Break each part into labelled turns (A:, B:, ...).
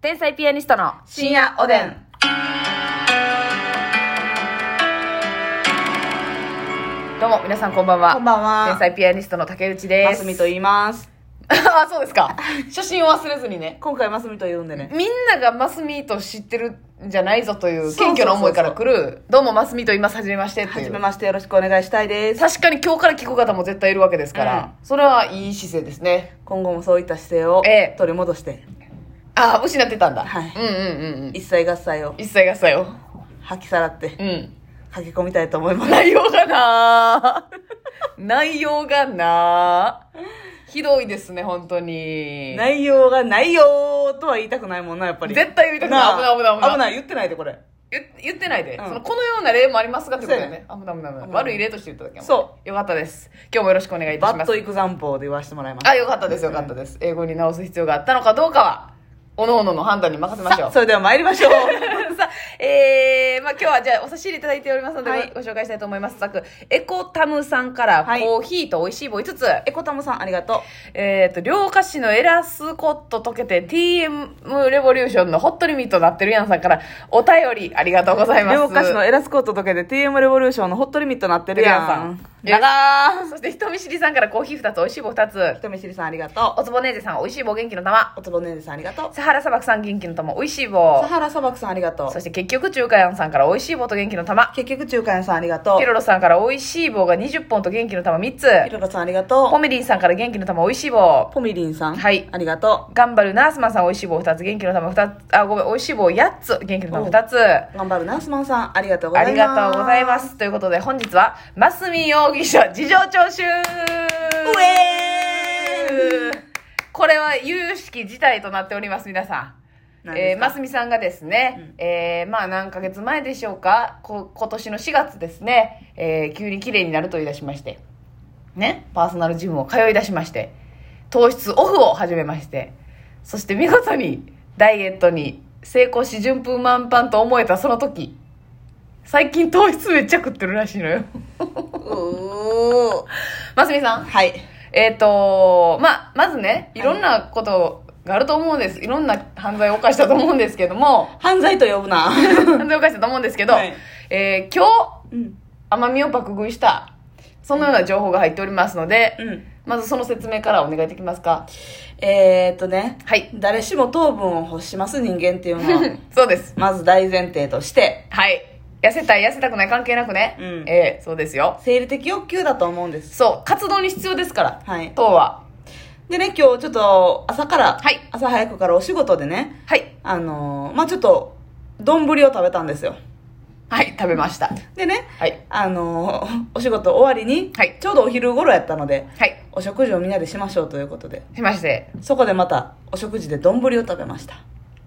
A: 天才ピアニストの
B: 深夜おでん。
A: どうも皆さんこんばんは
B: こんばんは
A: 天才ピアニストの竹内
B: ま
A: です
B: みと言います。
A: あそうです か初心を忘れずにね
B: 今回ますみと言うんでね。
A: みんながマスミと知ってるんじゃないぞという
B: そうそうそうそう
A: 謙虚な思いから来るどうもマスミと言いますはじめましてってい
B: はじ
A: う
B: めましてよろしくお願いしたいです。
A: 確かに今日から聞く方も絶対いるわけですから、それはいい姿勢ですね
B: 今後もそういった姿勢を
A: ええ
B: 取り戻して、
A: ああ失ってたんだ、
B: はい
A: うんうんうんうん
B: 一切合切を
A: 一切がさよ
B: 吐きさらって
A: うん
B: 駆け込みたいと思います。
A: 内容がなあ 内容がなあひどいですね本当に
B: 内容が内容とは言いたくないもんな、やっぱり。
A: 絶対言いたくない
B: なあ
A: 危ない危ない危ない
B: 危ない、言ってないで、これ。
A: 言言ってないで、
B: うん
A: そのこのような例もありますがってことだよね
B: そ
A: 危ない危ない危ない
B: 危ない
A: 悪い例として言っただけやもん
B: そ
A: よかったです今日もよろしくお願いいた
B: バ
A: します
B: ッドイクザンポーで言わせてもらいます。
A: あよかったですよかったです、英語に直す必要があったのかどうかはおののの判断に任せましょ
B: さ
A: う
B: あそれでは参りましょう。
A: さあ、えー、まあ今日はじゃあお差し入れいただいておりますのでご,、
B: はい
A: 紹介したいと思います。ザク、エコタムさんから
B: はい
A: コーヒーと美味しい棒5つ、
B: エコタムさんありがとう。
A: えっ、と、両菓子のエラスコット溶けて TM レボリューションのホットリミットなってるやんさんからお便りありがとうございます。
B: 両歌手のエラスコートとけて TM レボリューションのホットリミットなってるやん。
A: や
B: やだ
A: そして人見知りさんからコーヒー2つ、美味しい棒2つ
B: ー。。人見知りさんありがとう。
A: おつぼねーぜさん、美味しい棒元気の玉。
B: おつぼねねさんありがとう。
A: サハラ砂漠さん、元気の玉、美味しい棒
B: サ。ハラ砂漠さんありがと。
A: そうして結局中華やんさんから美味しい棒と元気の玉。
B: 結局中華屋さんありがとう。
A: ピロロさんから美味しい棒が20本と元気の玉3つ。
B: ピロロさんありがと
A: ポ
B: う。
A: メリンさんから元気の玉美味しい棒。
B: ポミリンさん。
A: はい
B: ありがと
A: 頑張るナースマンさん美味しい棒2つ、元気の玉2つ、あ、ごめん、美味しい棒8つ、元気の玉2つ。
B: う。頑張るナースマンさんありがとうござ
A: あ
B: いま
A: り
B: す。
A: がとうございます。ということで本日は、マスミ容疑者事情聴取
B: うえー
A: これは有識事態となっております、皆さん。
B: 何
A: え
B: で
A: ー、
B: すか
A: ますみさんがですね、えーまあ何ヶ月前でしょうか、こ今年の4月ですね、えー急に綺麗になると言い出しまして、ね、パーソナルジムを通い出しまして、糖質オフを始めまして、そして見事にダイエットに成功し順風満帆と思えたその時、最近糖質めっちゃ食ってるらしいの よ。
B: う
A: ますみさん
B: ー。はい。
A: えっ、とまあ、まずね、いろんなことがあると思うんです。いろんな犯罪を犯したと思うんですけども、
B: 犯罪と呼 ぶな。
A: 犯罪を犯したと思うんですけど、
B: はい
A: えー今
B: うん。
A: 日、奄美を爆食いした、そのような情報が入っておりますので、
B: うん。
A: まずその説明からお願いできますか。
B: えーっとね。
A: はい。
B: 誰しも糖分を欲します人間っていうのは、
A: そうです。
B: まず大前提として、
A: はい。痩せたい、痩せたくない関係なくね。
B: うん
A: えーそうですよ。
B: 生理的欲求だと思うんです。
A: そう、活動に必要ですから、
B: はい。
A: 糖は。
B: でね、今日ちょっと朝から、
A: はい
B: 朝早くからお仕事でね、
A: はい。
B: あのーまあちょっと、丼を食べたんですよ。
A: はい、食べました。
B: でね、
A: はい。
B: あのーお仕事終わりに、
A: はい
B: ちょうどお昼頃やったので、
A: はい。
B: お食事をみんなでしましょうということで、
A: しまして、
B: そこでまたお食事で丼を食べました。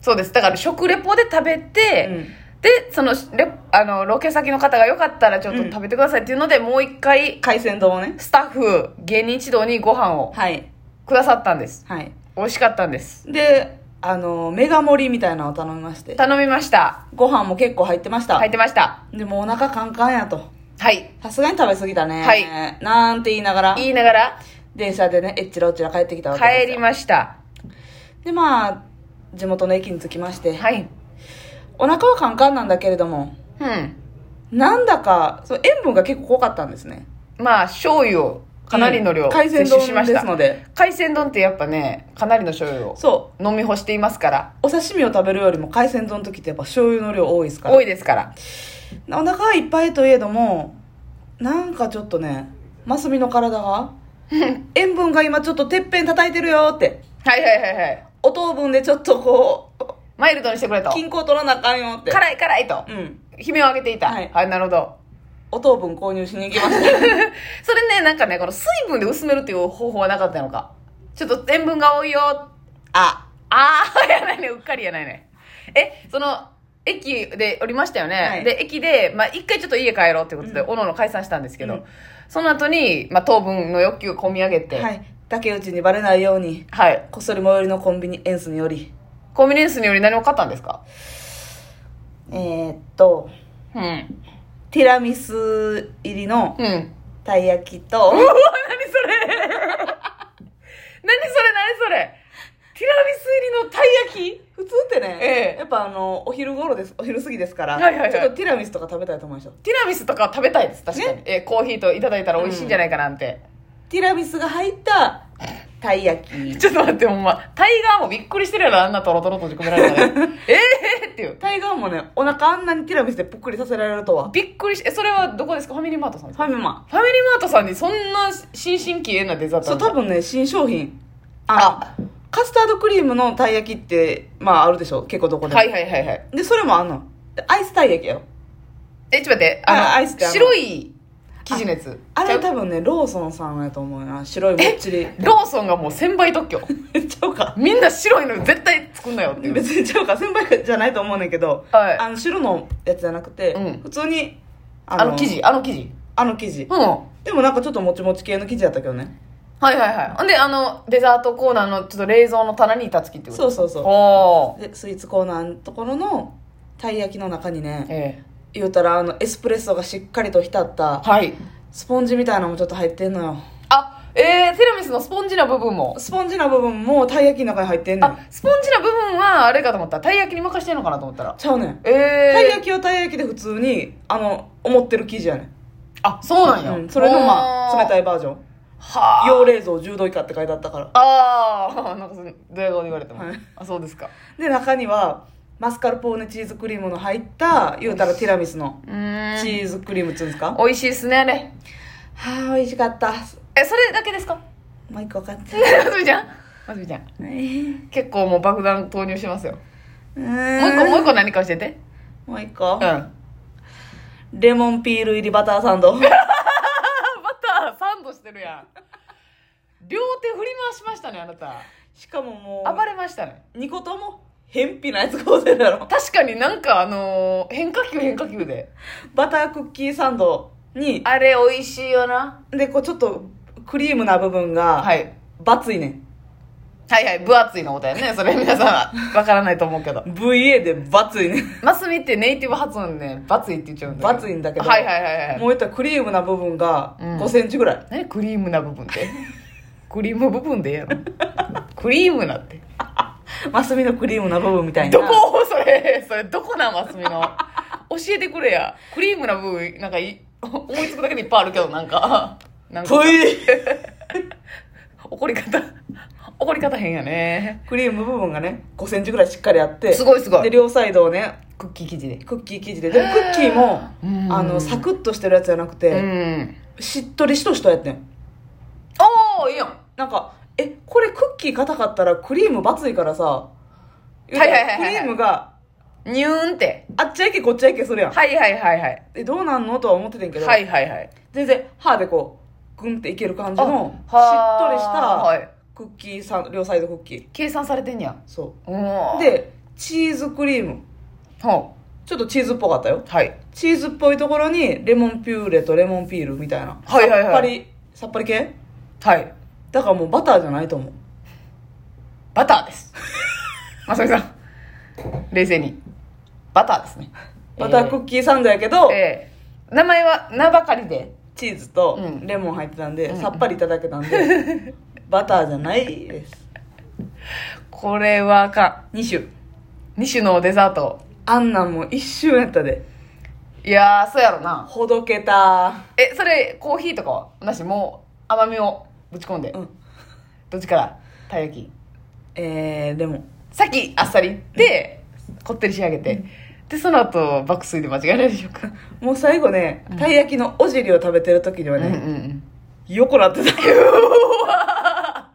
A: そうです。だから食レポで食べて、
B: うん
A: で、そのレ、あの、ロケ先の方がよかったらちょっと食べてくださいっていうので、もう一回、
B: 海鮮丼をね、
A: スタッフ、芸人一同にご飯を
B: はい、
A: くださったんです。
B: はい。
A: 美味しかったんです。
B: で、あのーメガ盛りみたいなのを頼みまして、
A: 頼みました。
B: ご飯も結構入ってました。
A: 入ってました。
B: でもうお腹カンカンやと。
A: はい。
B: さすがに食べ過ぎたね。
A: はい
B: なんて言いながら、
A: 言いながら、
B: 電車でね、えっちらおっちら帰ってきたわけですよ。
A: 帰りました。
B: でまあ地元の駅に着きまして、
A: はい。
B: お腹はカンカンなんだけれども
A: うん。
B: なんだかその塩分が結構濃かったんですね
A: まあ、醤油をかなりの量、
B: うん海鮮
A: 摂
B: 丼
A: 取しまし
B: で
A: た
B: すので
A: 海鮮丼ってやっぱね、かなりの醤油を
B: そう
A: 飲み干していますから、
B: お刺身を食べるよりも海鮮丼の時ってやっぱ醤油の量多いですから
A: 多いですから。
B: お腹はいっぱいといえどもなんかちょっとねマスミの 体が塩分が今ちょっとてっぺん叩いてるよって
A: はいはいはいはい。
B: お糖分でちょっとこう
A: マイルドにしてくれと。
B: 均衡取らなあかんよって
A: 辛い辛いと
B: う。ん
A: 悲鳴を上げていた。は
B: はいい、
A: なるほど。
B: お糖分購入しに行きました
A: それね、なんかね、この水分で薄めるっていう方法はなかったのか。ちょっと塩分が多いよ。
B: あ
A: あー、 やないね、うっかりやないね。え、その、駅で降りましたよね。
B: はい
A: で、駅で、まあ、一回ちょっと家帰ろうってことで、おのおの解散したんですけど、その後に、まあ、糖分の欲求を込み上げて、
B: は
A: はい。
B: い竹内にバレないようにこっそり最寄りのコンビニエンスにより
A: コンビニエンスにより何を買ったんですか
B: えー、っと
A: うん。うん。
B: ティラミス入りの
A: うわ、 何
B: たい焼きと
A: それ何それ何それティラミス入りのたい焼き
B: 普通ってね、
A: ええ
B: やっぱあのお昼頃ですお昼過ぎですから、
A: はいはいはい
B: ちょっとティラミスとか食べたいと思いました
A: ティラミスとか食べたいです確かに、
B: ね
A: えーコーヒーといただいたら美味しいんじゃないかなんて、
B: ティラミスが入ったたい焼き
A: ちょっと待ってほんまタイガーもびっくりしてるやろあんなトロトロと閉じ込められ たらええっていう
B: タイガーもねお腹あんなにティラミスでぷっくりさせられるとは
A: びっくりしてえそれはどこですかファミリーマートさんです
B: フ
A: か
B: ァミマ
A: ファミリーマートさんにそんな新進気鋭なデザート
B: そ
A: あ
B: う
A: るんだ
B: 多分ね新商品あカスタードクリームのたい焼きってまああるでしょ結構どこでも、
A: はいはいはいはい
B: でそれもあんのでアイスたい焼きやよ
A: えちょっと待って
B: あ
A: あの
B: アイスってあの
A: 白い生地のやつ
B: あ
A: ちゃ
B: れ
A: う
B: 多分ねローソンさんやと思うな白いもっちり
A: ローソンがもう1000倍特許
B: ちゃうか
A: みんな白いの絶対作んなよっていう
B: 別にちゃうか先輩じゃないと思うねんけど、
A: はい
B: あの白のやつじゃなくて、
A: うん
B: 普通にあ
A: あの生地あの生地
B: あの生地
A: うんは
B: でもなんかちょっともちもち系の生地やったけどね
A: いはいはいほんであのデザートコーナーのちょっと冷蔵の棚にいたつきってこと
B: そうそうそ
A: お
B: うでスイーツコーナーのところのたい焼きの中にね
A: ええ
B: 言うたらあのエスプレッソがしっかりと浸った
A: はい
B: スポンジみたいなのもちょっと入ってんのよ
A: あえー、ティラミスのスポンジな部分も
B: スポンジな部分もたい焼きの中に入ってんねん
A: あスポンジな部分はあれかと思ったたい焼きに任してんのかなと思ったら
B: ちゃうねん
A: ええ
B: たい焼きはたい焼きで普通にあの思ってる生地やねん
A: あそうなんや、
B: うん、それのまあ冷た
A: い
B: いバージョン
A: はあ
B: 用冷蔵10度以下って書いてあったから
A: ああ なんかそれドヤ顔で言われても、
B: はい
A: あそうですか
B: で中にはマスカルポーネチーズクリームの入った言うたらティラミスの
A: うーん
B: チーズクリームっつうんですか、は
A: 美味しいっすねあれ
B: あ美味しかった
A: えそれだけですか
B: もう一個買って
A: ますみちゃんますみちゃん
B: えー
A: 結構もう爆弾投入してますよ
B: う
A: もう一個もう一
B: ーん
A: 個何か教えて
B: もう一個
A: うんバ
B: レモンピール入りバターサン ド
A: ターサンドしてるやん両手振り回しましたねあなた
B: しかもも
A: 暴れましたね
B: う2個とも偏僻なやつ買うてるやろ
A: 確かになんかあのー変化球変化球で
B: バタークッキーサンドに
A: あれ美味しいよな
B: でこうちょっとクリームな部分が
A: はい
B: バツいね
A: はいはい分厚いのことやねそれ皆さんわからないと思うけど
B: ん VA でバツいねん
A: マスミってネイティブ発音ねバツイって言っちゃうんだ
B: バツイんだけど
A: はいはいはいはい
B: もう言ったらクリームな部分が5センチぐらい、
A: 何クリームな部分ってクリーム部分でええやろクリームなって
B: マスミのクリームな部分みたいな
A: どこそれそれどこなんマスミの教えてくれやクリームな部分なんかい思いつくだけでいっぱいあるけどなんかなんか
B: ぷい
A: 怒り方怒り方変やね
B: クリーム部分がね5センチぐらいしっかりあって
A: すごいすご
B: で
A: い
B: 両サイドをね
A: クッキー生地で
B: クッキー生地ででもクッキーも
A: うん
B: あのサクッとしてるやつじゃなくて、
A: うん
B: しっとりしとしとやってん
A: おおいいやん
B: なんかえこれクッキー硬かったらクリームバツいからさ
A: いはいはいはい
B: クリームが
A: ニューンって
B: あっちゃいけこっちゃいけするやん、
A: はいはいはいはい
B: えどうなんのとは思っててんけど、
A: はいはいはい
B: 全然歯でこうグンっていける感じ
A: あ
B: のしっ
A: は
B: とり
A: は
B: した
A: い
B: クッキーさん両サイドクッキー
A: 計算されてんや
B: そ
A: おー
B: うでチーズクリーム
A: ほ
B: ちょっとチーズっぽかったよ
A: うはい
B: チーズっぽいところにレモンピューレとレモンピールみたいな、
A: はいはいはい
B: さっぱりさっぱり系
A: はい
B: だからもうバターじゃないと思う
A: バター です。まさみさん、冷静に。バターですね。
B: バタークッキーサンドやけど、
A: えー名前は名ばかりで。
B: チーズと
A: うん
B: レモン入ってたんで、
A: うん
B: さっぱりいただけたん でバターじゃないです
A: これはあか
B: 2種
A: ん。2種のデザート。
B: あんなんもう1種やったで
A: いやー、そうやろな。
B: ほどけた
A: え、それ、コーヒーとかはなし、もう甘みをぶち込んで。
B: うん
A: どっちからたい焼き。
B: えー、レモン
A: さっきあっさりいって、こってり仕上げて。で、その後、爆睡で間違いないでしょうか。
B: もう最後ね、たい焼きのお尻を食べてる時には
A: うんうんう
B: ね、
A: ん。
B: 横なってた。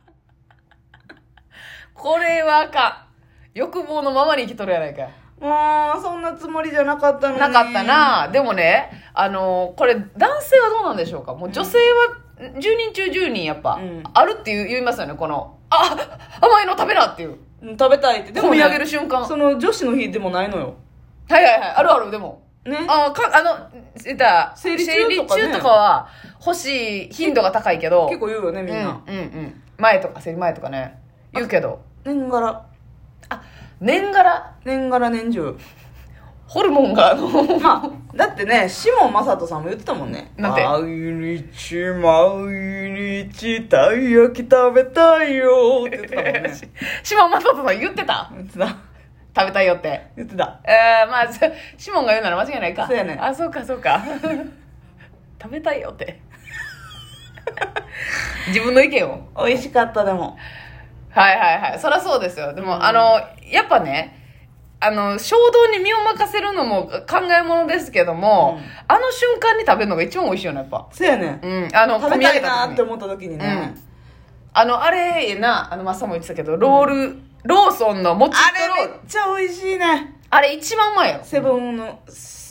A: これはあかん。欲望のままに生きとるやないか。
B: もう、そんなつもりじゃなかったのに。
A: なかった。なでもね、あのこれ男性はどうなんでしょうかもう女性は10人中10人やっぱ、
B: うん
A: あるっていう言いますよねこのあ甘いの食べなっていう
B: 食べたいって。
A: でも見
B: ね
A: 上げる瞬間
B: その女子の日でもないのよ。
A: はいはいはいあるあるでも
B: ね。
A: あかあのえっと
B: 生理中とかね
A: 生理中とかは欲しい頻度が高いけど
B: 結構言うよね、みんな。
A: うんうんうん前とか生理前とかね言うけど
B: 年がら、
A: 年がら
B: 年がら年中。
A: ホルモンがあの
B: まあ、だってね、シモン・マサトさんも言ってたもんね。
A: なんて
B: 毎日毎日たい 焼き食べたいよって言ってたもんね。
A: 島正人さん言ってた
B: 言ってた
A: 食べたいよって。
B: 言ってた。
A: えー、まあ、 そシモンが言うなら間違いないか。
B: そうやね
A: あ、そうか、そうか。 食べたいよ って。自分の意見を。
B: 美味しかったでも。
A: はいはいはい。そらそうですよ。でも、あの、やっぱね、あの、衝動に身を任せるのも考えものですけども、
B: うん
A: あの瞬間に食べるのが一番美味しいよね、やっぱ。
B: そうやね。
A: うん。あの、込
B: 食べたいな
A: み上げ時
B: ー
A: に
B: って思った時にね。
A: うんあの、あれ、ええな、あの、マッサンも言ってたけど、ロール、ローソンのもちっと
B: あ
A: ロ
B: れ
A: ー
B: め
A: ル
B: っ。ちゃ美味しいね。
A: あれ一番うまいよ。
B: セブンの、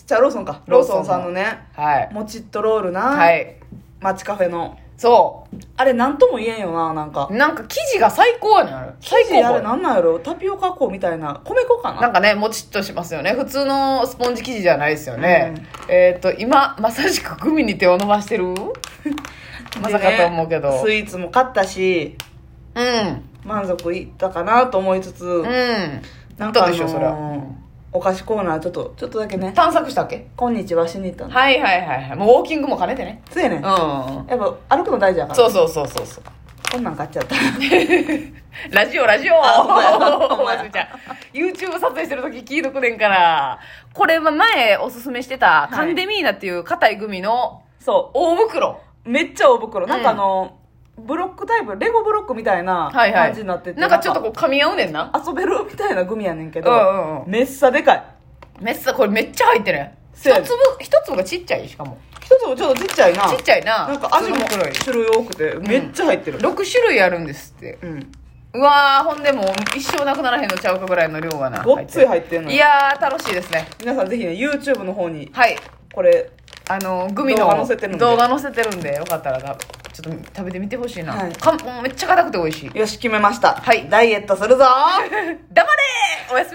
B: じゃあローソンか。ローソンさんのね、
A: はい。
B: もちっとロールな。
A: はい。
B: マチカフェの。
A: そ
B: あれなんとも言えんよな、なんか
A: う。。なんか生地が最高やねん、あれ。最
B: 生
A: 高
B: 地あ
A: や
B: れなんなんやろタピオカ粉みたいな。米粉かな
A: なんかね、もちっとしますよね。普通のスポンジ生地じゃないですよね。えっ、と、今、まさしくグミに手を伸ばしてるまさかと思うけど。
B: でねスイーツも買ったし、
A: うん。
B: 満足いったかなと思いつつ、
A: うん。
B: なんか、あ
A: どう
B: の
A: でしょうそれは
B: お菓子コーナーちょっと、ちょっとだけね、
A: 探索したっけ
B: 今日はしに行ったの。
A: はいはいはいはい。もうウォーキングも兼ねてね。
B: そうやね。
A: うんん
B: やっぱ歩くの大事やか
A: うん。
B: ら。
A: そうそうそうそう そう。
B: こんなん買っちゃった。
A: ラジオラジオ
B: あほんまや
A: お前すみちゃん YouTube 撮影してる時聞いとくねんからこれは前おすすめしてた、
B: い
A: カンデミーナっていう硬いグミの
B: そ
A: 大袋
B: う。めっちゃ大袋。なんかあの、ブロックタイプ、レゴブロックみたい
A: は
B: な
A: いはい
B: 感じになってて、
A: なんかちょっとこう噛み合うねんな
B: なんか遊べるみたいなグミやねんけど、
A: うんうんうん
B: めっさでかい。
A: めっさこれめっちゃ入ってるやん
B: そうや
A: 一
B: ね
A: 粒一粒がちっちゃいしかも
B: 一つもちょっとちっちゃいな。
A: ちっちゃいな
B: なんか味も
A: 普通の袋より
B: 種類多くて、めっちゃ入ってる。
A: 6種類あるんですって
B: うん。
A: うわーほんでもう一生なくならへんのちゃうかぐらいの量がな
B: ごっつい入
A: っ
B: ってんの
A: い
B: よ。
A: やー楽しいですね
B: 皆さんぜひね、YouTube の方に、
A: はい
B: これ、
A: あのグミの
B: 動画載せてるんで
A: 動画載せてるんでよかったらなちょっと食べてみてほしいな、
B: はい
A: かんめっちゃ硬くて美味しい
B: よし、決めました。
A: はい
B: ダイエットするぞー
A: 黙れおやすみ